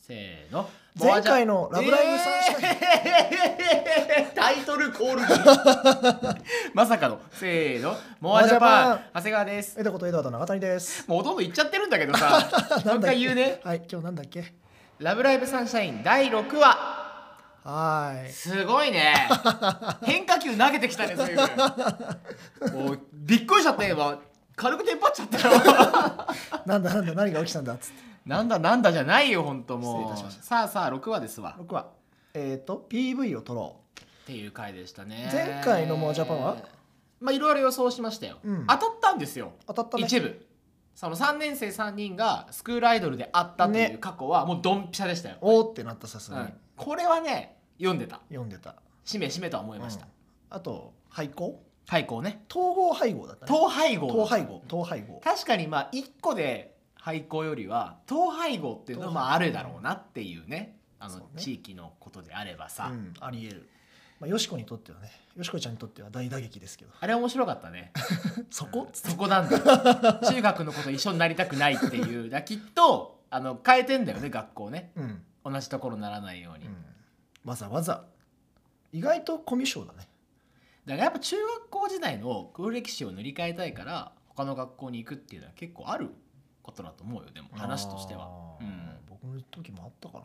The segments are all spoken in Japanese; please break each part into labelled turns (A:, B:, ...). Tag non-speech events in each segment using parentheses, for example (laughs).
A: せーの
B: 前回のラブライブサンシャイン
A: えータイトルコール
B: (laughs)
A: まさかのせーのモアジャ
B: モ
A: パ
B: ア
A: ン
B: ジャ
A: 長谷川です
B: 江田こと江田と中谷です。
A: もうほとんど言っちゃってるんだけど
B: (laughs)
A: さもう一回言うね
B: はい、今日なんだっけ
A: 「ラブライブサンシャイン」第6話
B: はーい。
A: すごい
B: (laughs)
A: ね変化球投げてきたね随分
B: (laughs)
A: もうびっくりしちゃったよ今軽くテンパっちゃったよ
B: なんだなんだ何が起きたんだっつって。
A: なんだなんだじゃないよほんともう
B: 失礼いたしました
A: さあさあ6話ですわっ
B: 僕は、えっ、と、PV を撮ろ
A: ていう回でしたね
B: 前回のモアジャパンは
A: まあいろいろ予想しましたよ、
B: うん
A: 当たったんですよ
B: う。当たったね。
A: 一部その3年生3人がスクールアイドルであったってい
B: ね
A: う過去はもうドンピシャでしたよ、
B: おーってなったさす
A: う
B: がに
A: ん、これはね読んでた
B: 読んでた。
A: しめしめとは思いました、
B: うんあと、廃校
A: 廃校ね
B: 統合配合だった、ね。
A: 統廃合
B: 統廃合。統廃合。
A: 確かにまあ1個で廃校よりは統廃合っていうのはまああるだろうなっていうねあ
B: そう
A: の
B: ね
A: 地域のことであれば
B: う
A: さ、
B: ん、あり得る。まあ、よしこにとってはね、よしこちゃんにとっては大打撃ですけど。
A: あれ面白かったね
B: そこ
A: そこなんだ
B: (laughs)
A: よ中学の子と一緒になりたくないっていうだきっとあの変えてんだよね学校ね
B: うん、
A: 同じところにならないよう
B: う
A: に、
B: ん。わざわざ。意外とコミュ障だね。
A: だからやっぱ中学校時代の黒歴史を塗り替えたいから他の学校に行くっていうのは結構あることだと思うよでも話としては
B: あ
A: う
B: ー
A: ん
B: 僕の時もあったかな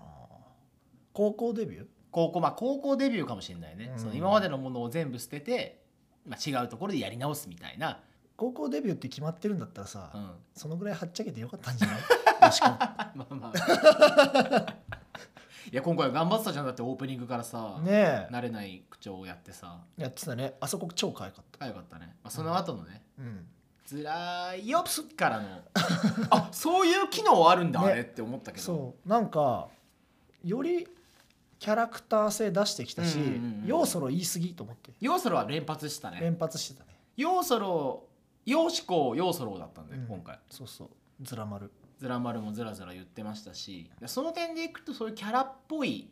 B: 高校デビュー
A: 高校まあ高校デビューかもしれないね、
B: うん
A: その今までのものを全部捨てて、まあ、違うところでやり直すみたいな、
B: 高校デビューって決まってるんだったらさ、
A: うん
B: そのぐらいはっちゃけてよかったんじ
A: (laughs)
B: ゃないよしこ
A: まあまあ (laughs) いや今回頑張ってたじゃんだってオープニングからさ、
B: (laughs) ね
A: 慣れない口調をやってさ
B: えやってたねあそこ超可愛かっ
A: あよかったね、まあ、その後のね
B: たうん
A: 「つらいよ」からの (laughs) あそういう機能あるんだ、
B: ね
A: あれって思ったけど
B: そうなんかよりキャラクター性出してきたし、
A: うんうんうんうん
B: 要素の言い過ぎと思って
A: ヨーソロは連発したね
B: 連発してたね
A: ヨーソロヨーシコヨーソロだったんだよ、
B: うん
A: 今回
B: そうそうずら丸
A: ずらまるもずらずら言ってましたしその点でいくとそういうキャラっぽい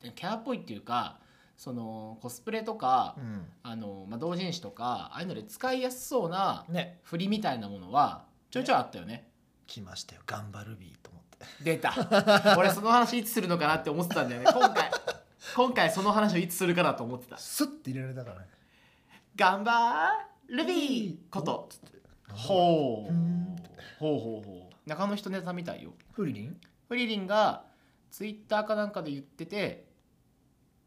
A: キャラっぽいっていうかそのコスプレとか、
B: うん
A: あのまあ、同人誌とかああいうので使いやすそうな
B: ね
A: 振りみたいなものはちょいちょいあったよね。
B: 来ましたよ頑張るビーと思って
A: 出た (laughs) 俺その話いつするのかなって思ってたんだよね今回今回その話をいつするかなと思ってた
B: スッて入れられたからね
A: 「頑張ルビー!」こと
B: つって
A: ほう
B: うん
A: ほうほうほう中の人ネタみたいよ
B: フリリン
A: フリリンがツイッターかなんかで言ってて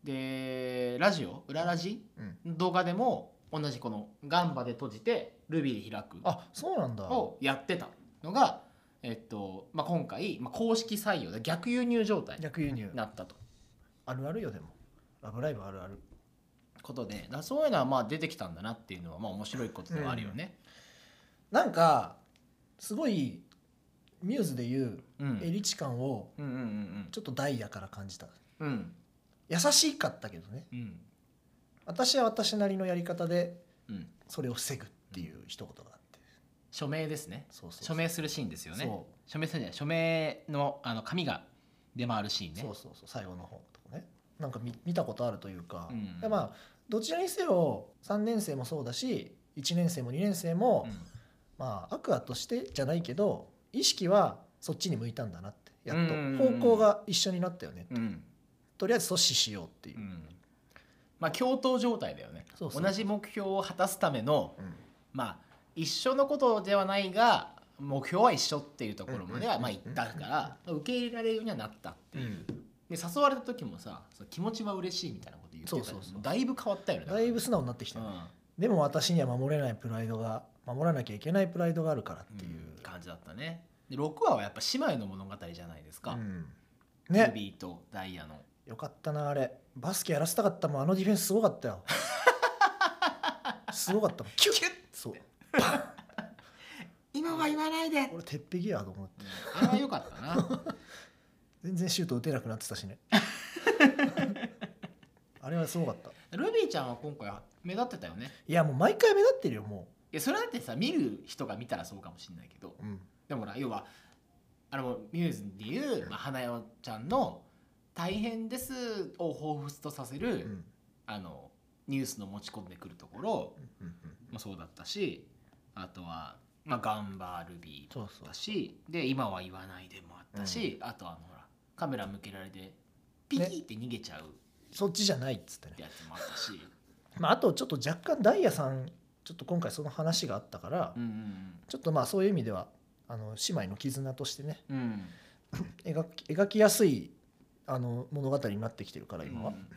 A: でラジオ裏ラジ
B: うん
A: の動画でも同じこの「ガンバで閉じてルビーで開く」
B: あそうなんだ
A: をやってたのが、えっとまあ、今回、まあ、公式採用で逆輸入状態に
B: 逆輸入
A: なったと
B: あるあるよでもラブライブあるある
A: ことでだからそういうのはまあ出てきたんだなっていうのはまあ面白いことではあるよね。
B: なんかすごいミューズでいう
A: うん、うん
B: エリチ感を
A: うんうん
B: ちょっとダイヤから感じた
A: うんうん
B: 優しかったけどね
A: うん
B: 私は私なりのやり方で
A: うん
B: それを防ぐっていう一言があって
A: 署名ですね
B: そうそう
A: 署名するシーンですよね
B: そ
A: 署名するんじゃない署名のあの紙が出回るシーンね
B: そうそうそう最後の方のとこねなんか見見たことあるというか、
A: うん
B: でまあどちらにせよ3年生もそうだし1年生も2年生も、
A: うん
B: まあアクアとしてじゃないけど意識はそっちに向いたんだなってやっと
A: うんうん
B: 方
A: うん
B: 向が一緒になったよね
A: うん
B: とりあえず阻止しようっていうう、
A: んまあ共闘状態だよね
B: そうそう
A: 同じ目標を果たすための
B: うん
A: まあ一緒のことではないが目標は一緒っていうところまでは
B: うん
A: まあ言ったから受け入れられるようにはなったっていう、で誘われた時もさその気持ちは嬉しいみたいなこと言ってたけど
B: そうそうそう
A: だいぶ変わったよね
B: だいぶ
A: う
B: 素直になってきたよね、
A: ん
B: でも私には守れないプライドが守らなきゃいけないプライドがあるからっていう、
A: 感じだったねで6話はやっぱ姉妹の物語じゃないですか、
B: うん
A: ル
B: ね
A: ビーとダイヤの
B: よかったなあれバスケやらせたかったもんあのディフェンスすごかったよ (laughs) すごかったもんキュッ
A: キュッ
B: そう
A: 今は言わないで
B: 俺鉄壁やと思って
A: あれは良かったな (laughs)
B: 全然シュート打てなくなってた (laughs) しねあれはすごかった
A: ルビーちゃんは今回目立ってたよね
B: いやもう毎回目立ってるよも
A: いやそれだってさ見る人が見たらそうかもしれないけど
B: う、うん、
A: でもほら要はあのミューズでいう、まあ、花代ちゃんの「大変です」を彷彿とさせる、
B: うん
A: あのニュースの持ち込んでくるところ
B: うんうん
A: もそうだったしあとは「まあ、ガンバールビー」
B: そうそう
A: だしで今は言わないでもあったし、あとあのほらカメラ向けられてピキって逃げちゃうっ
B: そっちじゃないっつってね
A: てやつもあったし、
B: まあ、あとちょっと若干ダイヤさんちょっと今回その話があったから、
A: うん
B: ちょっとまあそういう意味ではあの姉妹の絆としてね
A: うんうん
B: 描き描きやすいあの物語になってきてるから
A: うん、
B: 今は、
A: うん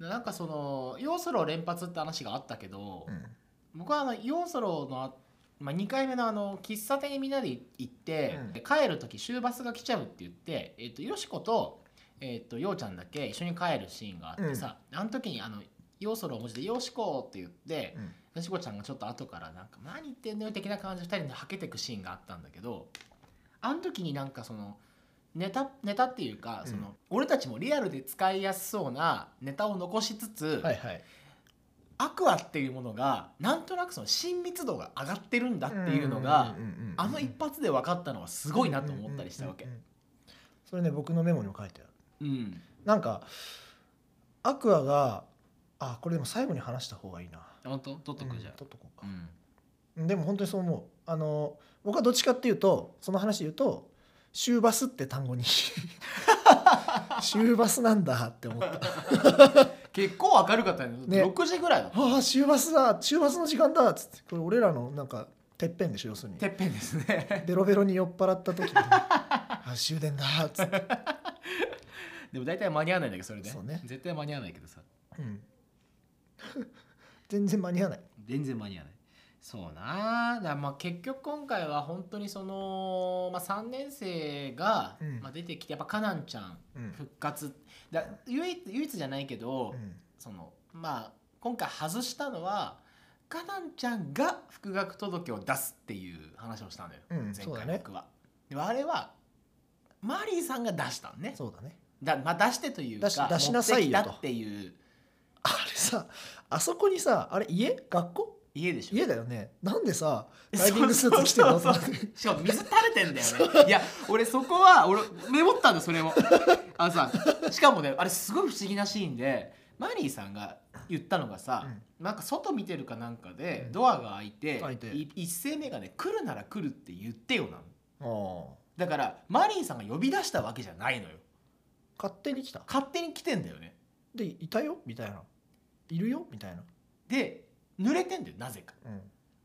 A: なんかその「要ソロ連発」って話があったけど、
B: うん
A: 僕はあの「要ソロのあ」まあ、2回目のあの喫茶店にみんなで行って、
B: うん
A: で帰る時終バスが来ちゃうって言って、えっとよしこと,、えっとようちゃんだけ一緒に帰るシーンがあってさ、あの時にあの「要ソロ」を文字で「よしこ」って言って、
B: うん
A: よしこちゃんがちょっと後からなんか「何言ってんのよ」的な感じで2人ではけてくシーンがあったんだけどあの時になんかそのネタネタっていうか、
B: うん
A: その俺たちもリアルで使いやすそうなネタを残しつつ、
B: はいはい
A: アクアっていうものがなんとなくその親密度が上がってるんだっていうのが、
B: うんうんうんうん
A: あの一発で分かったのはすごいなと思ったりしたわけ。
B: うんうんうんうんそれね僕のメモにも書いてある
A: うん
B: なんかアクアがあこれでも最後に話した方がいいな
A: 本当取っとくじゃ
B: うん
A: ん
B: 取っとこう
A: う
B: か、
A: ん
B: でも本当にそう思うあの僕はどっちかっていうとその話で言うと「終バス」って単
A: (laughs)
B: 語に「終バスなんだ」って思った
A: 結構明るかったね
B: ね
A: 6時ぐらいの、
B: 「ああ終バスだ終バスの時間だ」っつってこれ俺らのなんかてっぺんでしょ要するに
A: てっぺんですね (laughs)
B: ベロベロに酔っ払った時に「ああ終電だ」っつって、
A: でも大体間に合わないんだけどそれで
B: そうね
A: 絶対間に合わないけどさ
B: うん、全然間に合わない
A: 全然間に合わないそうなあだからまあ結局今回は本当にその、まあ、3年生が、
B: うん
A: まあ、出てきてやっぱカナンちゃん
B: うん
A: 復活だ唯一唯一じゃないけど、
B: うん
A: そのまあ今回外したのはカナンちゃんが復学届を出すっていう話をしたんだよ、
B: うん
A: 前
B: そうだ
A: 回
B: ね
A: 僕は。であれはマリーさんが出したんね
B: そうだね
A: だ、まあ、出してというか
B: 出し出しなさいよと
A: 持ってきたっていう
B: あれさあそこにさあれ家学校
A: 家でしょ
B: 家だよねなんでさダイビングスーツ着てる
A: (laughs)
B: の
A: そうそうそうしかも水垂れてんだよねいや俺そこは俺メモったんだよそれもあのさしかもねあれすごい不思議なシーンでマリーさんが言ったのがさ、なんか外見てるかなんかで
B: うん
A: ドアが開いて,い、
B: 開いて
A: 一斉目がね来るなら来るって言ってよなの
B: うんあ
A: だからマリーさんが呼び出したわけじゃないのよ
B: あ勝手に来た
A: 勝手に来てんだよね
B: でいたよみたいないるよみたいな、
A: で濡れてんだよなぜか
B: うん、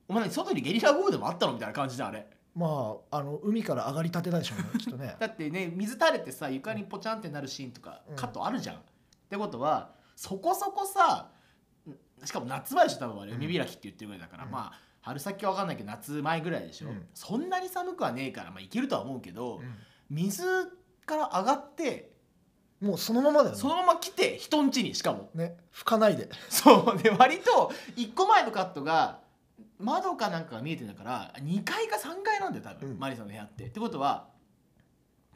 A: お前何外にゲリラ豪雨でもあったのみたいな感じだあれ
B: まああの海から上がりたてたで (laughs) しょうねきっとね
A: だってね水垂れてさ床にポチャンってなるシーンとか
B: うん
A: カットあるじゃん。ってことはそこそこさんしかも夏前でしょ多分あれ
B: うん
A: 海開きって言ってるぐらいだから、
B: うん
A: まあ春先は分かんないけど夏前ぐらいでしょ、
B: うん
A: そんなに寒くはねえから、まあ、いけるとは思うけど、
B: う
A: 水から上がって
B: んもうそのままだよね
A: そのまま来て人ん家にしかも
B: ね拭かないで
A: そうで割と1個前のカットが窓かなんかが見えてんだから2階か3階なんだよ多分、
B: うん
A: マリさんの部屋って。ってことは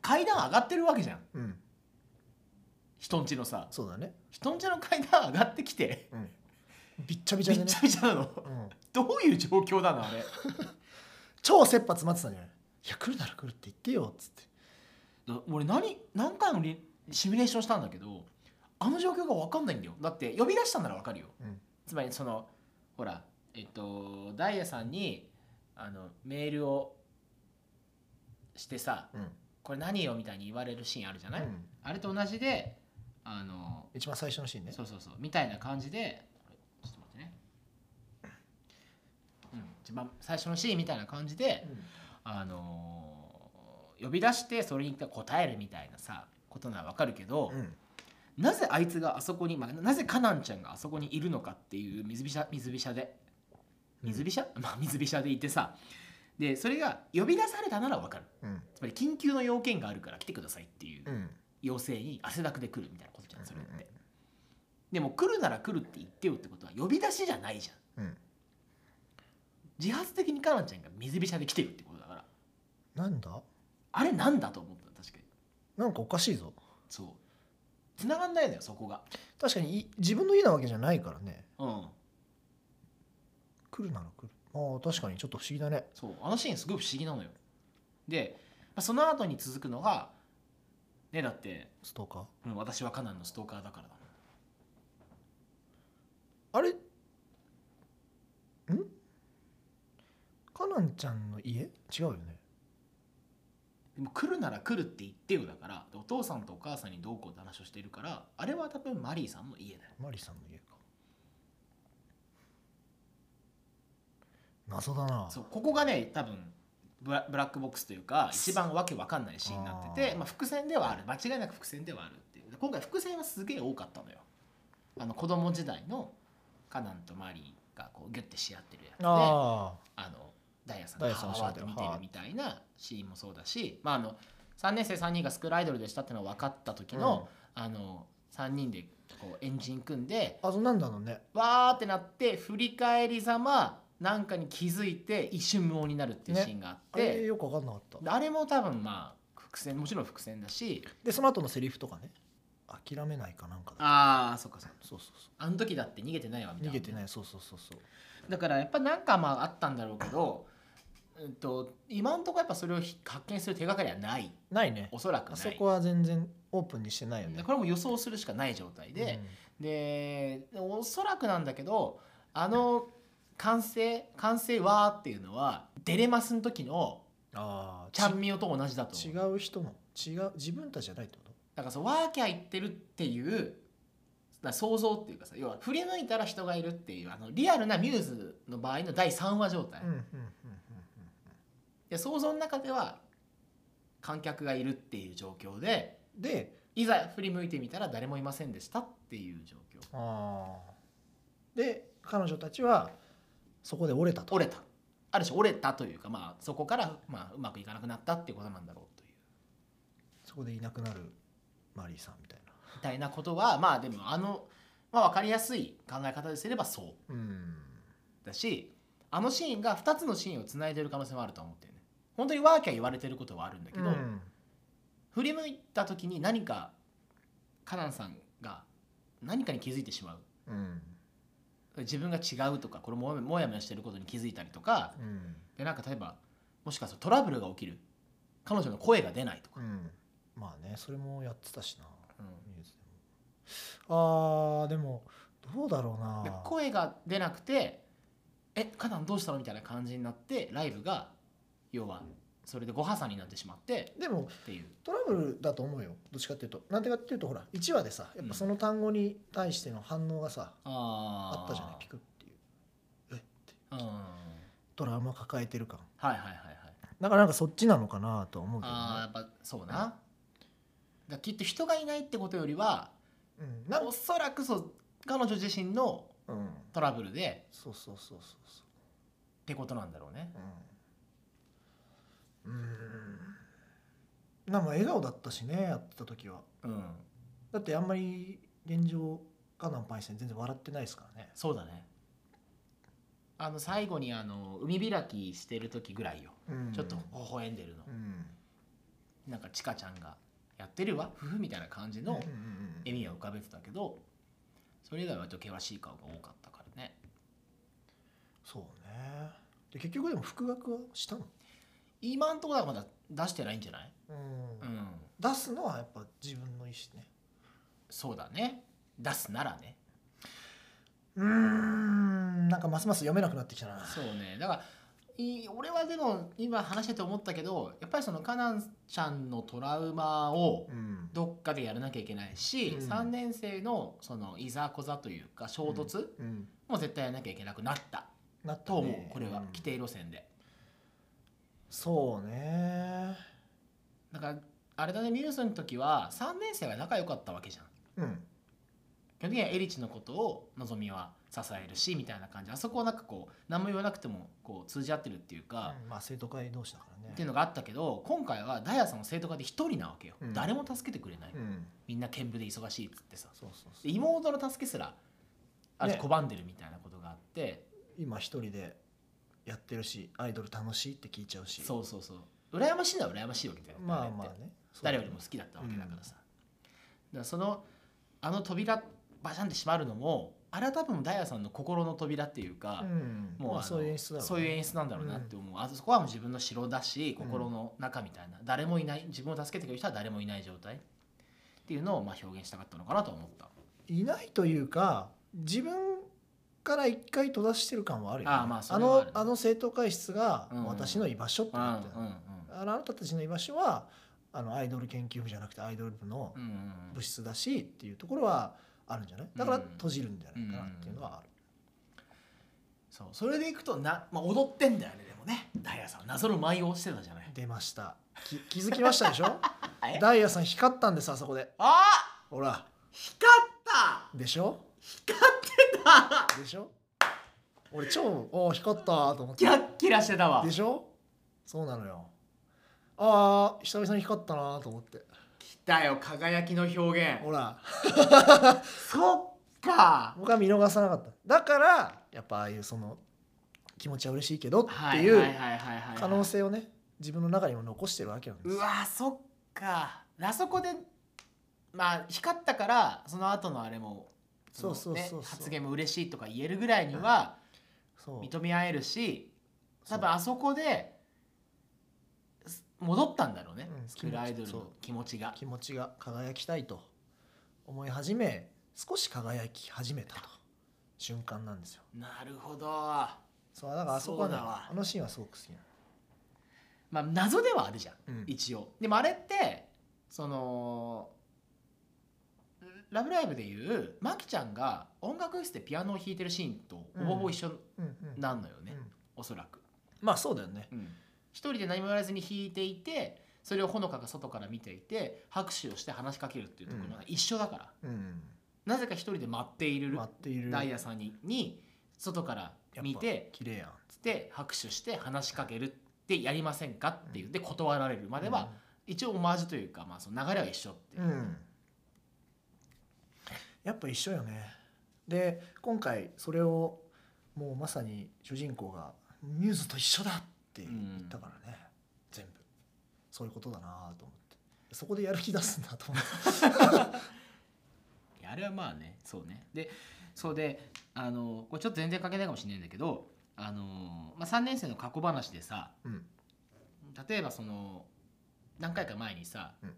A: 階段上がってるわけじゃん。
B: うん
A: 人んちのさ
B: そうだね、
A: 人んちの階段上がってきて
B: うん、びっちゃびちゃ
A: び
B: で
A: っ
B: ね
A: ちゃびちゃなの
B: うん、
A: どういう状況なのあれ
B: 超切羽詰まってたんじゃないいや来るなら来るって言ってよっつって
A: 俺何何回もリシミュレーションしたんだけどあの状況が分かんないんだよだって呼び出したんなら分かるよ、
B: うん
A: つまりそのほらえっとダイヤさんにあのメールをしてさ
B: うん、
A: 「これ何よ」みたいに言われるシーンあるじゃない、
B: うん
A: あれと同じであの
B: 一番最初のシーンね
A: そうそうそうみたいな感じでちょっと待ってね、うん、一番最初のシーンみたいな感じで、あのー呼び出してそれに答えるみたいなさことならわかるけど、
B: うんうん
A: なぜあいつがあそこに、まあ、なぜカナンちゃんがあそこにいるのかっていう水びしゃ水びしゃで水びしゃ、 (laughs) まあ水びしゃでいてさでそれが呼び出されたならわかる
B: うん
A: つまり緊急の要件があるから来てくださいっていう
B: うん
A: 要請に汗だくで来るみたいなことじゃんそれって、
B: うんうんうん
A: でも来るなら来るって言ってよってことは呼び出しじゃないじゃん
B: うん
A: 自発的にカナンちゃんが水びしゃで来てるってことだから
B: なんだ
A: あれなんだと思った確かに
B: なんかおかしいぞ
A: そう繋がんないのよそこが
B: 確かにい自分の家なわけじゃないからね
A: うん
B: 来るなら来るああ確かにちょっと不思議だね
A: そうあのシーンすごい不思議なのよで、まあ、その後に続くのがねだって
B: ストーカー
A: うん私はカナンのストーカーだからだ
B: あれんカナンちゃんの家違うよね
A: でも来るなら来るって言ってよだからでお父さんとお母さんにどうこうって話をしてるからあれは多分マリーさんの家だよ
B: マリさんの家か謎だな
A: そうここがね多分ブラブラックボックスというか一番わけわかんないシーンになって
B: あ
A: て
B: ー
A: まあ、伏線ではある間違いなく伏線ではあるっていうで今回伏線はすげえ多かったのよあの子供時代のカナンとマリーがこうギュッてし合ってるやつであ
B: あ
A: のダイヤさん
B: ダイ
A: が
B: ヤさん
A: ハー
B: のシーン
A: ワー
B: で
A: と見てるみたいなシーンもそうだし、まあ、あの3年生3人がスクールアイドルでしたってのが分かった時の,、あの3人でこうエンジン組んで
B: ああそうなんだろうね
A: わーってなって振り返りざまなんかに気づいて一瞬無音になるっていう
B: ね
A: シーンがあっ
B: あ
A: て、
B: れよく分かんなかった
A: であれも多分まあ伏線もちろん伏線だし
B: でその後のセリフとかね諦めないかなんかだ
A: ああそっかそっか
B: そうそうそ
A: あの時だって逃げてないわみたい
B: う
A: な
B: 逃げてないそうそうそうそう
A: だからやっぱなんかまああったんだろうけど、うん、と今んとこやっぱそれをひ発見する手がかりはない
B: ないね
A: おそらくない
B: あそこは全然オープンにしてないよ
A: で
B: ね
A: これも予想するしかない状態で、でおそらくなんだけどあの完成完成はっていうのはデレマスの時の
B: うんああ
A: ちゃんみよと同じだと
B: ち違
A: 思う
B: う人の違う自分たちじゃないってこと
A: だからそうワーキャー言ってるっていうな想像っていうかさ要は振り向いたら人がいるっていうあのリアルなミューズの場合の第3話状態、
B: うんうんうん
A: で想像の中では観客がいるっていう状況で
B: うんで
A: いざ振り向いてみたら誰もいませんでしたっていう状況
B: あーで彼女たちはそこで折れたと
A: 折れたある種折れたというか、まあ、そこから、まあ、うまくいかなくなったっていうことなんだろうという
B: そこでいなくなるマリーさんみたいな
A: みたいなことはまあでもあの、まあ、分かりやすい考え方ですればそう
B: うん
A: だしあのシーンが2つのシーンをつないでる可能性もあると思ってるね本当にワーキャー言われてることはあるんだけど、
B: うん
A: 振り向いた時に何かカナンさんが何かに気づいてしまう
B: うん
A: 自分が違うとかこれもやもやもやしてることに気づいたりとか
B: うん
A: でなんか例えばもしかするとトラブルが起きる彼女の声が出ないとか
B: う、んまあねそれもやってたしな
A: うん
B: ミューズでもあーでもどうだろう
A: で
B: な
A: 声が出なくて「えカナンどうしたの?」みたいな感じになってライブが要はそれでご破産になってしまって
B: でも
A: っていう
B: トラブルだと思うよどっちかっていうとなんでかっていうとほら1話でさやっぱその単語に対しての反応がさ、
A: あ
B: あったじゃないピクっていう
A: うんはい
B: トラウマ抱えてる感
A: はいはいはい
B: だからなんかそっちなのかなとは思うけどね
A: あーやっぱそうな、だからきっと人がいないってことよりは
B: うんなん
A: おそらくそう彼女自身の
B: うん
A: トラブルで
B: そうそうそうそうそ
A: ってことなんだろうね
B: ううんうんなんか笑顔だったしねやってた時は
A: うん
B: だってあんまり現状カナンパイセン全然笑ってないですからね
A: そうだねあの最後にあの海開きしてる時ぐらいよちょっと微笑んでるの、
B: うん
A: なんかチカちゃんがやってるわふふみたいな感じの
B: うんうんうん
A: 笑みを浮かべてたけどそれ以外はちょっと険しい顔が多かったからね
B: そうねで結局でも復学はしたの、
A: 今んところはまだ出してないんじゃない
B: うん
A: うん
B: 出すのはやっぱ自分の意思ね
A: そうだね出すならね
B: うーんなんかますます読めなくなってきたな
A: そうねだからい俺はでも今話してて思ったけどやっぱりそのカナンちゃんのトラウマを
B: うん
A: どっかでやらなきゃいけないし、
B: うん
A: 3年生のそのいざこざというか衝突
B: うん
A: も絶対やらなきゃいけなくなった
B: なった
A: と
B: ね
A: 思う、これは
B: うん
A: 規定路線で。
B: そうね
A: だからあれだねミューズの時は3年生が仲良かったわけじゃん
B: うん
A: 基本的にはエリチのことをのぞみは支えるしみたいな感じあそこはなんかこう何も言わなくてもこう通じ合ってるっていうか、
B: まあ生徒会同士だからね
A: っていうのがあったけど今回はダイヤさんの生徒会で一人なわけよ、
B: うん
A: 誰も助けてくれない、
B: うん
A: みんな兼部で忙しいっつってさ
B: そうそうそう
A: で妹の助けすらあれ
B: ね
A: 拒んでるみたいなことがあって、
B: 今一人でやってるしアイドル楽しいって聞いちゃうし
A: そうそうそう羨ましいのは羨ましいわけだよね
B: ま
A: れ
B: あ
A: って
B: まあね
A: 誰よりも好きだったわけだからさ、だからそのあの扉バシャンって閉まるのもあれは多分ダイヤさんの心の扉っていうか
B: う、ん
A: もうあ
B: まあ
A: の
B: そういう演出だろね
A: そういう演出なんだろうなって思う、あとそこはもう自分の城だし心の中みたいな、誰もいない自分を助けてくれる人は誰もいない状態っていうのをまあ表現したかったのかなと思った、
B: いないというか自分から一回閉ざしてる感はあるよね
A: ああまあそれはあ
B: の
A: る
B: あの生徒会室が
A: うんうん
B: 私の居場所って
A: うんうん
B: なってる
A: うん
B: あのあなたたちの居場所はあのアイドル研究部じゃなくてアイドル部の
A: うんうん
B: 部室だしっていうところはあるんじゃないだから
A: うん
B: 閉じるんじゃないかなっていうのはある、
A: そうそれでいくとな、まあ、踊ってんだよねでもねダイヤさん謎の舞をしてたじゃない
B: 出ましたき気づきましたで
A: (laughs)
B: しょ
A: え
B: ダイヤさん光ったんですあそこで
A: あ
B: ほら
A: 光った (laughs)
B: でしょ
A: あ
B: でしょ俺超おー光ったと思って
A: キラッキラしてたわ
B: でしょそうなのよあー久々に光ったなと思って
A: 来たよ輝きの表現
B: ほら
A: そっか
B: 僕は見逃さなかっただからやっぱああいうその気持ちは嬉しいけどってい
A: はいはいうはいはいはい
B: 可能性をね自分の中にも残してるわけなんです
A: うわそっかあそこでまあ光ったからその後のあれも
B: そうそうそう
A: の
B: そう
A: ね発言も嬉しいとか言えるぐらいには
B: そう
A: 認め合えるし
B: そう
A: 多分あそこです戻ったんだろうね、
B: うん
A: スクールアイドルの気持ちが
B: 気持ちが輝きたいと思い始め少し輝き始めたと瞬間なんですよ
A: なるほどま
B: そうだからあそこはね
A: そうだわ
B: あのシーンはすごく好きな
A: あ謎ではあるじゃん
B: の、うん
A: 一応でもあれってその「ラブライブ!」でいうマキちゃんが音楽室でピアノを弾いてるシーンとほぼほぼ一緒
B: うんうん
A: なんのよ
B: う
A: ね、
B: ん
A: おそらく、
B: まあそうだよね
A: 一人で何も言われずに弾いていてそれをほのかが外から見ていて拍手をして話しかけるっていうところが一緒だから、
B: うん
A: なぜか一人で待っている
B: 待っている
A: ダイヤさんにに外から見て
B: 綺麗やん
A: つって拍手して話しかけるってやりませんかって言って断られるまでは、一応オマージュというか、まあ、その流れは一緒っていうう、
B: ん、やっぱ一緒よねで今回それをもうまさに主人公が「ミューズと一緒だ!」って言ったからね、全部そういうことだなと思ってそこでやる気出すんだと思って
A: いやあれはまあねそうねでそうであのこれちょっと全然関係ないかもしれないんだけどあの、まあ、3年生の過去話でさ
B: うん
A: 例えばその何回か前にさ、
B: うん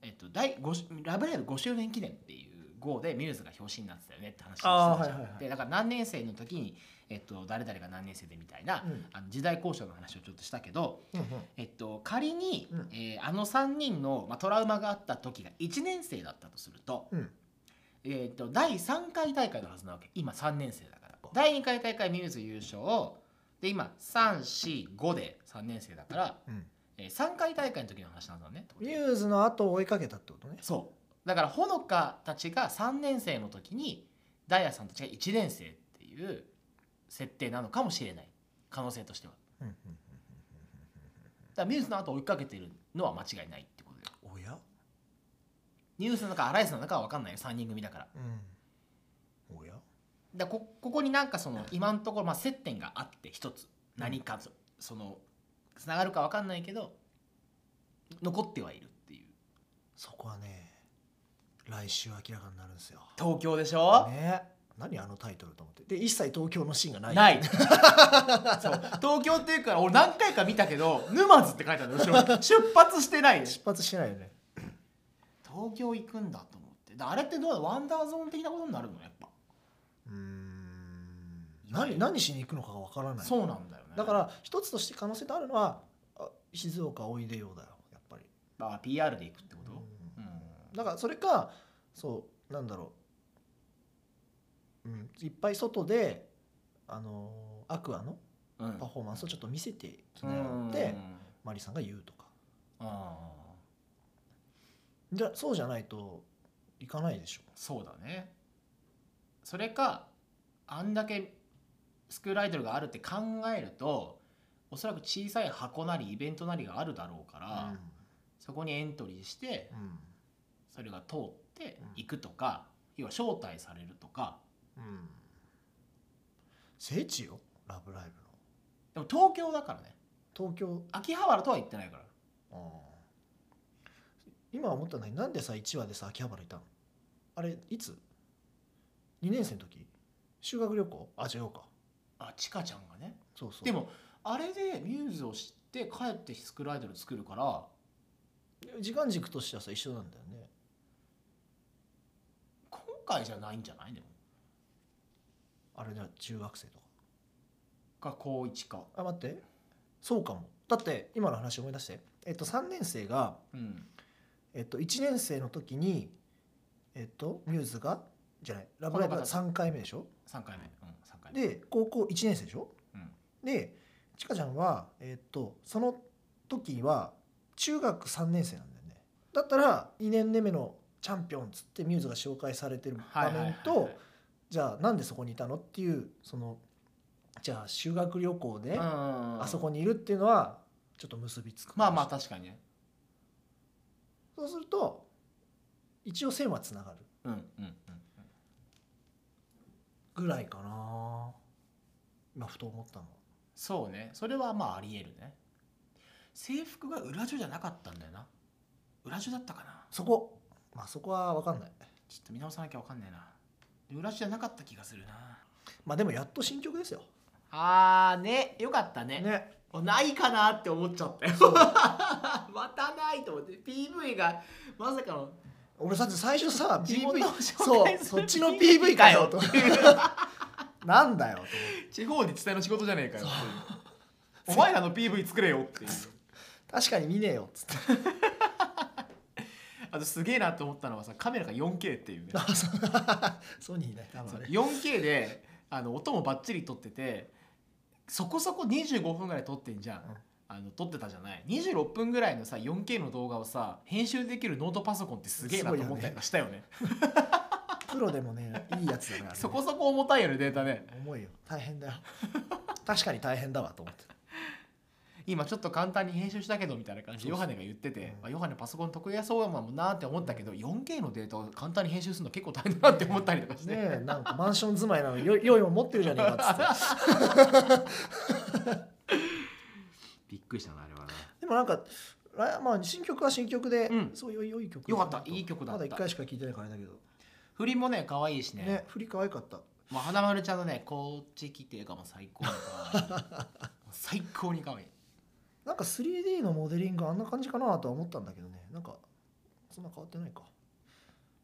A: えっと、第5しラブライブ5周年記念っていう号でミューズが表紙になってたよねって話をして
B: あー
A: たじゃん
B: はいはいはい
A: でだから何年生の時に、えっと、誰々が何年生でみたいな、
B: うん
A: あの時代交渉の話をちょっとしたけど、
B: (laughs) うん
A: えっと、仮に、
B: うん
A: えーあの3人の、まあ、トラウマがあった時が1年生だったとすると,、
B: うん
A: えっと第3回大会のはずなわけ今3年生だから第2回大会ミューズ優勝で今345で3年生だから、
B: うん
A: えー、3回大会の時の話なんだね
B: ミューズの後を追いかけたってことね
A: そうだからほのかたちが3年生の時にダイヤさんたちが1年生っていう設定なのかもしれない可能性としては
B: うんうん
A: だからミューズの後追いかけてるのは間違いないってことだよ
B: うんおや
A: ニュースなのかアライズなのかは分かんないよ3人組だから
B: うんおや
A: だからこここになんかその今のところまあ接点があって一つ何かとそのつながるか分かんないけど残ってはいるっていう
B: そこはね来週明らかになるんですよ
A: 東京でしょ、
B: ね何あのタイトルと思ってで一切東京のシーンがない
A: ない (laughs) そう東京っていうから俺何回か見たけど沼津って書いてある後ろに出発してないね
B: 出発してないよね
A: 東京行くんだと思ってだからあれってどうだワンダーゾーン的なことになるのやっぱ
B: うーん何何しに行くのかがわからない
A: そうなんだよね
B: だから一つとして可能性とあるのはあ静岡おいでようだよやっぱり、
A: まあ PR で行くってこと、
B: う
A: うん
B: んだからそれかそうなんだろう、うん、いっぱい外であのアクアの
A: うん
B: パフォーマンスをちょっと見せてきなよって、マリさんが言うとか
A: うんああ
B: じゃそうじゃないと行かないでしょ
A: そうだねそれかあんだけスクールアイドルがあるって考えるとおそらく小さい箱なりイベントなりがあるだろうから、そこにエントリーして
B: うん
A: それが通っていくとか、要は招待されるとか
B: うんうん、聖地よラブライブの
A: でも東京だからね
B: 東京
A: 秋葉原とは言ってないから
B: あー今思ったのになんでさ1話でさ秋葉原いたのあれいつ ?2 年生の時修学旅行あ違うか
A: あちかちゃんがね
B: そうそう
A: でもあれでミューズを知って帰ってスクールアイドル作るから
B: 時間軸としてはさ一緒なんだよね
A: 今回じゃないんじゃないでも
B: あれだ中学生とか
A: か高1か
B: あ待ってそうかもだって今の話思い出してえっと、3年生が、
A: うん
B: えっと、1年生の時に、えっと、ミューズがじゃない「ラブライブ!」が3回目でしょ
A: 3回目うん三回目
B: で高校1年生でしょ、
A: うん
B: でちかちゃんは、えっと、その時は中学3年生なんだよねだったら2年目のチャンピオンっつってミューズが紹介されてる
A: は
B: 場
A: いはいはい
B: 面
A: はい
B: とじゃあなんでそこにいたのっていうそのじゃあ修学旅行で
A: うん
B: あ
A: うんうん
B: そこにいるっていうのはちょっと結びつく
A: まあまあ確かにね
B: そうすると一応線はつながる
A: うんうんうん
B: ぐらいかな今ふと思ったの
A: そうねそれはまあありえるね制服が裏地じゃなかったんだよな裏地だったかな
B: そこまあそこは分かんない
A: ちょっと見直さなきゃわかんないな裏地じゃなかった気がするな
B: まあでもやっと新曲ですよ
A: あーねよかったね
B: ね
A: ないかなって思っちゃったよ (laughs) またないと思って PV がまさかの
B: 俺さ最
A: (laughs)
B: 初さ
A: 地元を
B: PV
A: 紹
B: そう
A: 介する
B: そっちの PV かよとなんだよと思って
A: 地方自治体の仕事じゃねえかよお前らの PV 作れよっていう
B: 確かに見ねえよっつって
A: あとすげえなと思ったのはさカメラが 4K っていうね
B: あそうソニーね多
A: そう
B: 分ね
A: 4K であの音もバッチリ撮っててそこそこ25分ぐらい撮ってんじゃん、
B: うん
A: あの撮ってたじゃない26分ぐらいのさ 4K の動画をさ編集できるノートパソコンってすげえなと思ったりとかしたよね
B: プロでもねいいやつだから、ね、
A: そこそこ重たいよねデータね
B: 重いよ大変だよ確かに大変だわと思って
A: (laughs) 今ちょっと簡単に編集したけどみたいな感じでヨハネが言ってて、
B: うん
A: あヨハネパソコン得意やそうやもんなって思ったけど 4K のデータを簡単に編集するの結構大変だなって思ったりとかして、 (laughs)
B: ねえなんかマンション住まいなのによ良いもん持ってるじゃねえかっつって
A: びっくりしたなあれはな
B: でもなんか、らまあ、新曲は新曲で、
A: うん
B: そういう良い曲
A: よかった
B: なと
A: いい曲だった
B: まだ1回しか聴いてないからあれだけど
A: 振りもね可愛いしね
B: ね振り可愛かった
A: もう花丸ちゃんのねこっち来てがもう最高に可愛い (laughs) もう最高に可愛い
B: なんか 3D のモデリングあんな感じかなとは思ったんだけどねなんかそんな変わってないか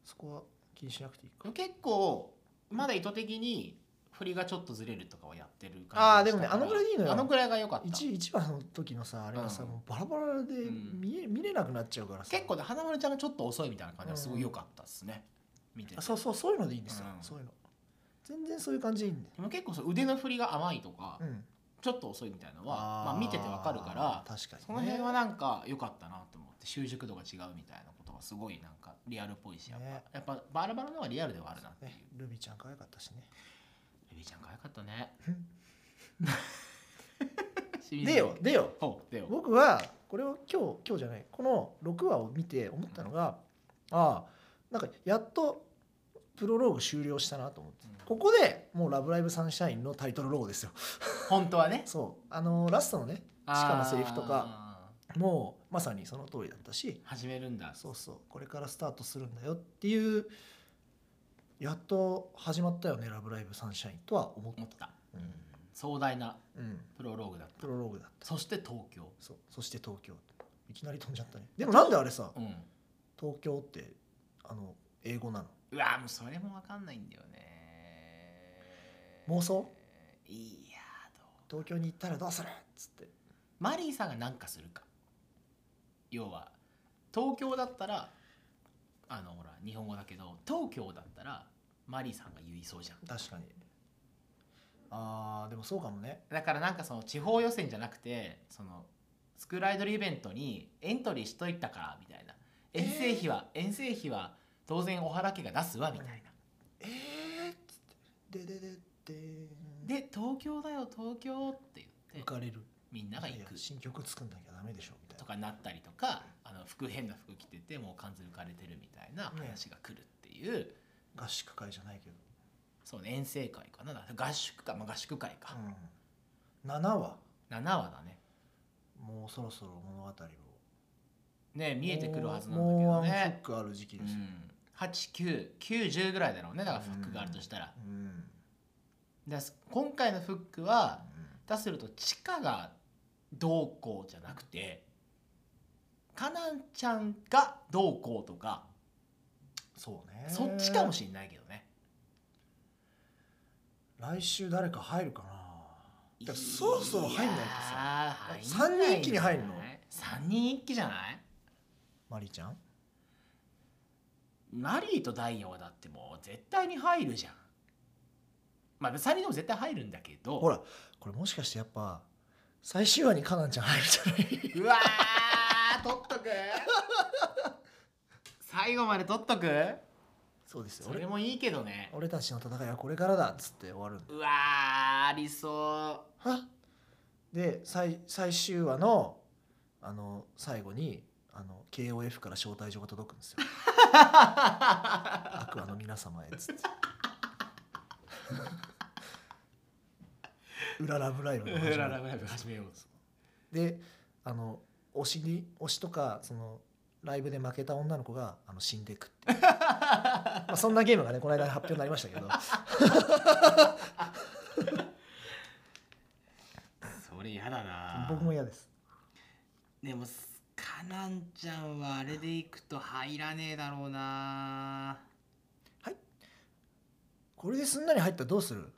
B: そこは気にしなくていいか
A: 結構まだ意図的に振りがちょっとずれるとかはやってる感じ
B: あーでもね
A: したから
B: あのぐらいでいいのよ
A: あのぐらいが良かった
B: 一一話の時のさあれがさ、
A: うん
B: もうバラバラで
A: うん
B: 見え、見れなくなっちゃうからさ
A: 結構ね花丸ちゃんがちょっと遅いみたいな感じがすごい良かったですね、見てて
B: あそうそうそういうのでいいんですよ、
A: うん
B: そういうの全然そういう感じでいいんで、
A: でも結構そう腕の振りが甘いとか、
B: うん、
A: ちょっと遅いみたいなのは
B: ー
A: まあ、見ててわかるから
B: 確かにね、
A: その辺はなんか良かったなと思って習熟度が違うみたいなことがすごいなんかリアルっぽいしやっぱ,、
B: ね
A: やっぱバラバラの方がリアルではあるなっていう
B: ね、ルビーちゃん可愛かったしね
A: ルビーちゃん可愛かった
B: (laughs)
A: ね
B: うん。
A: しみじみ
B: でよ。でよ
A: ほう、でよ。
B: 僕はこれを今日今日じゃないこの6話を見て思ったのが、ああなんかやっとプロローグ終了したなと思って、
A: うん
B: ここでもう「ラブライブサンシャイン」のタイトルロゴですよ (laughs)
A: 本当はね。
B: そうあのラストのね鹿のセリフと
A: か。
B: もうまさにその通りだったし
A: 始めるんだ。
B: そうそうこれからスタートするんだよっていうやっと始まったよね「ラブライブサンシャイン」とは思った
A: 思った。
B: うん
A: 壮大な
B: うん、
A: プロローグだった
B: プ。ロローグだった
A: そして東京。
B: そうそして東京いきなり飛んじゃったねでもなんであれさ
A: うん。
B: 東京ってあの英語なの
A: うわもうそれもわかんないんだよね。
B: 妄想
A: いやどう
B: 東京に行ったらどうするっつって
A: マリーさんが何かするか。要は東京だったらあのほら日本語だけど東京だったらマリーさんが言いそうじゃん。
B: 確かにあーでもそうかもね
A: だからなんかその地方予選じゃなくてそのスクールアイドルイベントにエントリーしといたからみたいな
B: えー
A: 遠征費は、遠征費は当然小原家が出すわみたいな、
B: えーっつってででででで
A: で東京だよ東京って言っ
B: 浮
A: て
B: かれる
A: みんなが行
B: いや
A: く
B: 新曲作んなきゃダメでしょみたい
A: とかなったりとかあの服変な服着ててもう完全に浮かれてるみたいな
B: ね
A: 話が来るっていう、
B: な合宿会じゃないけど、
A: そうね遠征会かなだから合宿か、まあ、合宿会か、
B: うん、7話
A: 7話だね
B: もうそろそろ物語を
A: ね見えてくるはずなんだ
B: もう
A: け
B: もう
A: ど
B: ワンフッ
A: ね、
B: クある時期
A: う
B: ですよ、
A: ん、8990ぐらいだろうねだから服があるとしたら。
B: うん
A: だからす今回のフックは出するとチカがどうこうじゃなくてカナンちゃんがどうこうとか
B: そうね
A: そっちかもしれないけどね
B: 来週誰か入るかなだからそろそろ入んないとさ
A: さ
B: 三人一気に入んの
A: 3人一気じゃない
B: マリーちゃん
A: マリーとダイヤはだってもう絶対に入るじゃんまあ3人でも絶対入るんだけど
B: ほらこれもしかしてやっぱ最終話にカナンちゃん入るんじゃないう
A: わー取っと
B: (laughs)
A: く最後まで取っとく
B: そうですよ
A: そ
B: 俺
A: れもいいけどね
B: 俺たちの戦いはこれからだっつって終わるんだ
A: うわーありそ
B: はで最最終話のあの最後にあの KOF から招待状が届くんですよアクアの皆様へっつって (laughs) 「裏ラブライブ」
A: う
B: の始まり
A: イブ始めよう
B: であの推しに推しとかそのライブで負けた女の子があの死んでいくっていうまあそんなゲームがねこの間発表になりましたけど
A: それ嫌だな
B: 僕も嫌です
A: でもカナンちゃんはあれでいくと入らねえだろうな
B: これですんなり入ったらどうする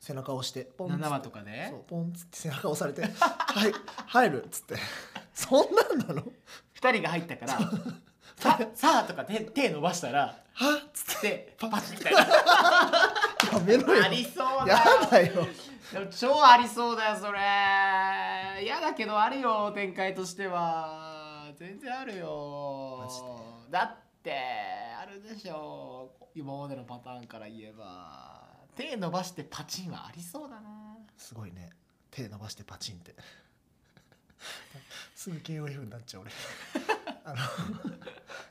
B: 背中押してポンっつって
A: 7話とかで
B: そうポンっつって背中押されて「はい入る」っつって (laughs) そんなんなの
A: 2人が入ったから「ささあ」とか手手伸ばしたら
B: はっつっ
A: でパチみたいな
B: てやめろよ
A: ありそうだ
B: や
A: よ
B: だよ
A: でも超ありそうだよそれ嫌だけどあるよ展開としては全然あるよ
B: マジ
A: だってあるでしょ今までのパターンから言えば手伸ばしてパチンはありそうだな
B: すごいね手伸ばしてパチンってすぐ KOF になっちゃう俺あの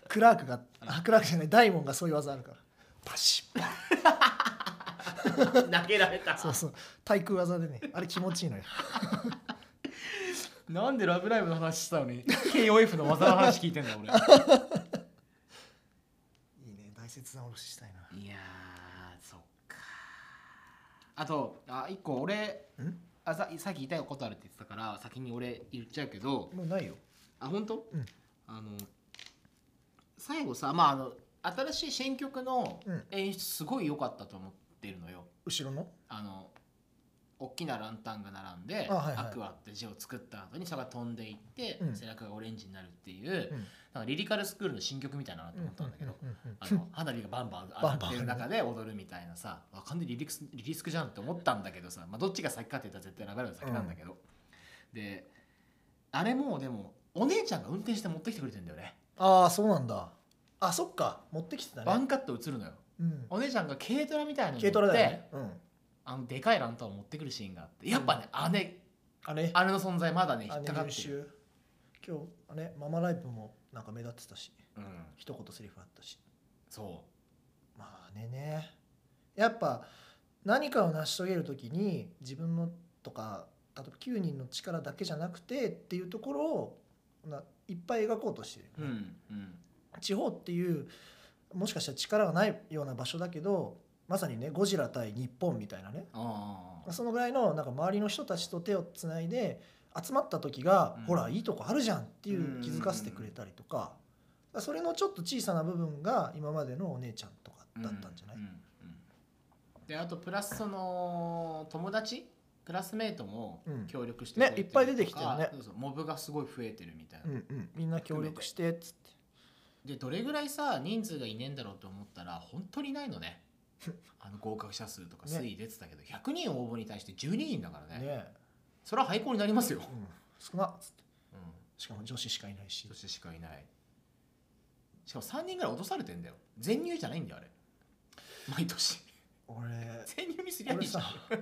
B: クラークがあクラークじゃないダイモンがそういう技あるからパシッパン
A: (laughs) 投げられた
B: そうそう対空技でねあれ気持ちいいのよ
A: なんで「ラブライブ!」の話したの (laughs) に KOF の技の話聞いてんだ俺
B: いいね大切なおろししたいない
A: やーそっかあとあ一個俺
B: ん
A: あささっき言いたいことあるって言ってたから先に俺言っちゃうけど
B: もうないよ
A: あ本当、
B: うん
A: あの最後さまああの新しい新曲の
B: うん
A: 演出すごい良かったと思ってるのよ
B: 後ろの
A: あの大きなランタンが並んで、
B: あはいはい
A: アクアって字を作った後にそれが飛んでいって、
B: うん
A: 背中がオレンジになるっていう、
B: うん
A: なんかリリカルスクールの新曲みたいだなと思ったんだけど、
B: うんうんうんうん
A: あの (laughs) 花火がバンバン上がってる中で踊るみたいなさわかんないリリクスリリスクじゃんって思ったんだけどさ、まあ、どっちが先かって言ったら絶対ラベルが先なんだけど、であれもでもお姉ちゃんが運転して持ってきてくれてんだよね
B: ああそうなんだあそっか持ってきてた
A: バ
B: ね
A: ンカット映るのよ
B: うん
A: お姉ちゃんが軽トラみたいなのに乗って
B: 軽トラだよねうん
A: あのでかいランタンを持ってくるシーンがあってやっぱね、姉
B: あれ
A: 姉の存在まだね引っ
B: あれ
A: かかっ
B: 優
A: てる、
B: 秀今日あれママライブもなんか目立ってたし
A: うん、
B: 一言セリフあったし
A: そ
B: まあねねやっぱ何かを成し遂げる時に自分のとか例えば9人の力だけじゃなくてっていうところをないっぱい描こうとしてる、
A: ううんうん
B: 地方っていうもしかしたら力がないような場所だけどまさにねゴジラ対日本みたいなね
A: ああ
B: そのぐらいのなんか周りの人たちと手をつないで集まった時が、
A: うん
B: ほらいいとこあるじゃんってい
A: うんうんうんう
B: うん気づかせてくれたりとかそれのちょっと小さな部分が今までのお姉ちゃんとかだったんじゃない、
A: うんうんうんであとプラスその友達クラスメートも
B: うん
A: 協力して
B: ね
A: くれ
B: いっぱい出てきてるね
A: とかそうそうモブがすごい増えてるみたいな、
B: うんうん、みんな協力してっつって
A: でどれぐらいさ人数がいねえんだろうと思ったら本当にないの
B: (laughs)
A: ねあの合格者数とか
B: ね
A: 推移出てたけど、100人応募に対して12人だからね
B: ね、
A: それは廃校になりますよ、
B: うん、少なっつって
A: うん、
B: しかも女子しかいないし
A: 女子しかいないしかも3人ぐらい落とされてんだよ全入じゃないんだよあれ毎
B: (laughs)
A: 年
B: 俺
A: 全入にすりゃい
B: 俺
A: いじゃ
B: さ (laughs)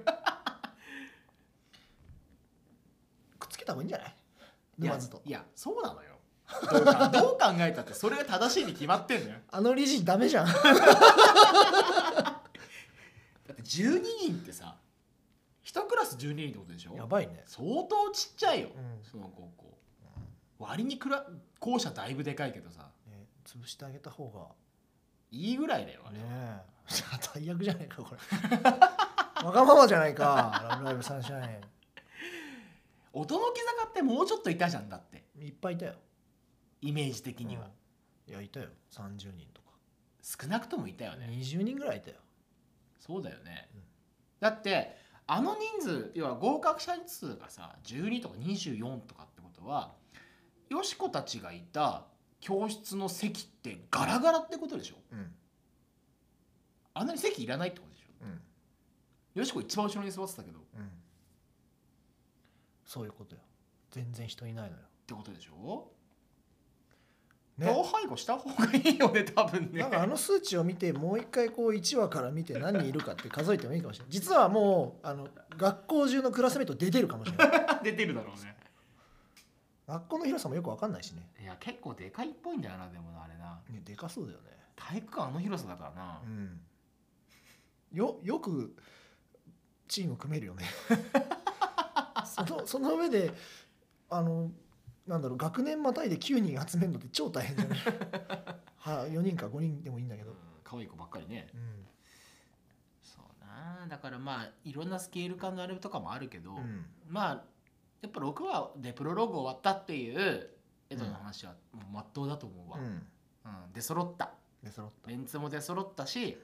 A: ん
B: くっつけた方がいいんじゃない
A: いや
B: 沼津と
A: いやそうなのよどう (laughs) かどう考えたってそれが正しいに決まってんのよ
B: あの理事ダメじゃん
A: だって12人ってさ一クラス12人ってことでしょ
B: やばいね
A: 相当ちっちゃいよ、
B: うん
A: その高校割にくら校舎だいぶでかいけどさ
B: ね潰してあげた方が
A: いいぐらいだよあれ、
B: ねえ (laughs) 最悪じゃないかこれ (laughs) わがままじゃないか「ラブライブサンシャイ
A: 音の木坂ってもうちょっといたじゃんだって
B: ン」いっぱいいたよ
A: イメージ的には、
B: うんいやいたよ30人とか
A: 少なくともいたよね、
B: 20人ぐらいいたよ
A: そうだよね、
B: うん
A: だってあの人数要は合格者数がさ12とか24とかってことはよしこたちがいた教室の席ってガラガラってことでしょ
B: うん
A: あんなに席いらないってことでしょ
B: うん
A: よしこ一番後ろに座ってたけどっ
B: うんそういうことよ全然人いないのよ
A: てことでしょ、同
B: (laughs) ね
A: 配合した方がいいよね多分ね
B: なんかあの数値を見てもう一回こう1話から見て何人いるかって数えてもいいかもしれない実はもうあの学校中のクラスメート出てるかもしれない (laughs)
A: 出てるだろうね
B: 学校の広さもよく分かんないしね
A: いや結構でかいっぽいんだよなでもなあれな
B: ねでかそうだよね
A: 体育館あの広さだからな、
B: うんよよくチーム組め
A: (laughs)
B: るよねそのその上であのなんだろう学年またいで9人集めるのって超大変じゃない
A: (laughs)
B: は4人か5人でもいいんだけど、
A: 可愛い子ばっかりね
B: うん
A: そうなだからまあいろんなスケール感のあれとかもあるけど、
B: うん
A: まあやっぱ6話でプロローグ終わったっていう江戸の話はもう真っ当だと思うわ、
B: うん、
A: うん、出揃った
B: で揃った
A: メンツも出揃ったし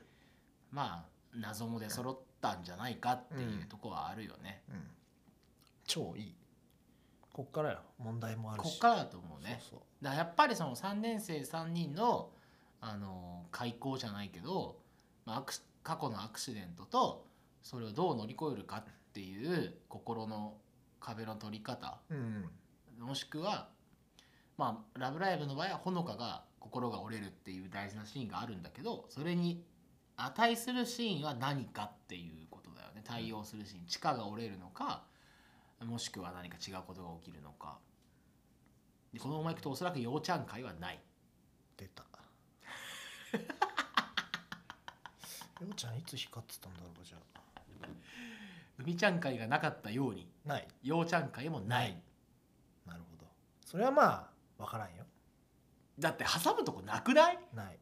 A: まあ謎も出揃ったんじゃないかっていうとこはあるよね、
B: うん、超いいこっからよ問題もあるし
A: こっからだと思うね
B: そうそ
A: だからやっぱりその3年生3人の、あの開校じゃないけど、まあアクシ、過去のアクシデントとそれをどう乗り越えるかっていう心の壁の取り方
B: ううん
A: もしくは「まあ、ラブライブ!」の場合はほのかが心が折れるっていう大事なシーンがあるんだけどそれに値するシーンは何かっていうことだよね対応するシーン地下が折れるのかもしくは何か違うことが起きるのかでこのままいくとおそらく陽ちゃん会はない
B: 出
A: (laughs)
B: たようちゃんいつ光ってたんだろうじゃあ
A: 海ちゃん会がなかったように
B: ない
A: 陽ちゃん会もない
B: なるほどそれはまあ分からんよ
A: だって挟むとこなくない
B: ない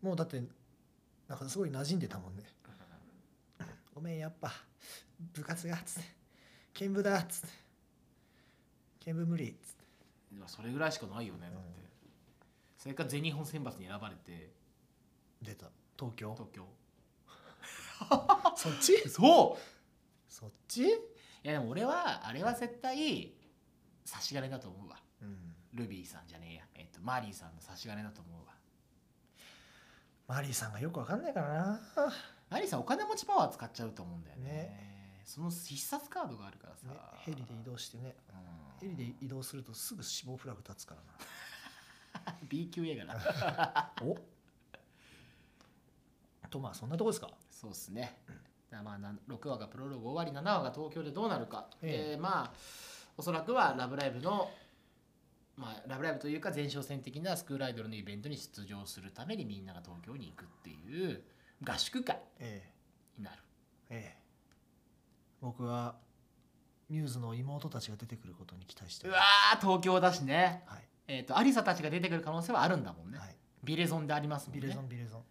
B: もうだってなんかすごい馴染んでたもんねごめんやっぱ部活がっつって剣舞だっつって剣舞無理っつって
A: まあそれぐらいしかないよねだってそれか全日本選抜に選ばれて
B: 出た東京
A: 東京
B: そっち
A: そう
B: そっち
A: いやでも俺はあれは絶対差し金だと思うわ
B: うん
A: ルビーさんじゃねえや、えっと、マリーさんの差し金だと思うわ
B: マリーさんがよくわかんないからな
A: マリーさんお金持ちパワー使っちゃうと思うんだよねその必殺カードがあるからさ、
B: ね、ヘリで移動してねヘリで移動するとすぐ死亡フラグ立つから
A: B 級映画
B: (laughs)
A: な
B: なおとまあそんなとこですか
A: そうっすね、だからまあなん6話がプロローグ終わり7話が東京でどうなるか、
B: ええ
A: でまあおそらくは「ラブライブの」まあ、ラブライブというか前哨戦的なスクールアイドルのイベントに出場するためにみんなが東京に行くっていう合宿会
B: ええ
A: になる
B: ええ僕はミューズの妹たちが出てくることに期待して
A: う
B: る
A: わー東京だしね
B: はい、
A: えっ、とアリサたちが出てくる可能性はあるんだもんね、
B: はい、
A: ビレゾンでありますもんね
B: ビレゾンビレゾン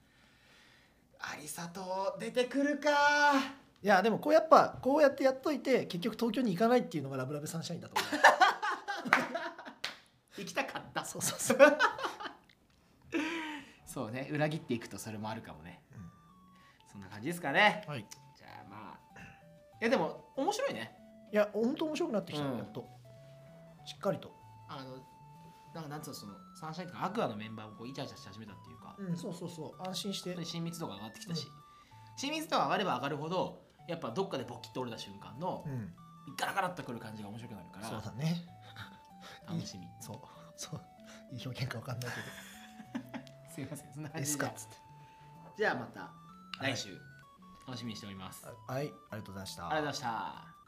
A: アリサと出てくるか
B: いやでもこうやっぱこうやってやっといて結局東京に行かないっていうのがラブラブサンシャインだと思う
A: 行きたかった
B: そうそうそう、
A: (laughs) そうね裏切っていくとそれもあるかもね
B: う
A: そんな感じですかね
B: んはい、い
A: じゃあまあいやでも面白いね
B: や本当面白くなってきた、
A: うん
B: やっとしっかりと
A: あのなんかなんつうのそのサンシャインとかアクアのメンバーもこうイチャイチャし始めたっていうか
B: うんそうそうそう安心して
A: 本当に親密度が上がってきたし、親密度が上がれば上がるほどやっぱどっかでボキッと折れた瞬間の
B: うん
A: ガラガラっとくる感じが面白くなるから
B: そうだね
A: 楽しみ
B: そうそういい表現かわかんないけ
A: (laughs) すいませんそんな
B: ど
A: 感
B: で
A: じ
B: す
A: で
B: かっつって
A: じゃあまた
B: はい
A: 来週楽しみにしております、あり
B: はいありがとうございました
A: がとうございました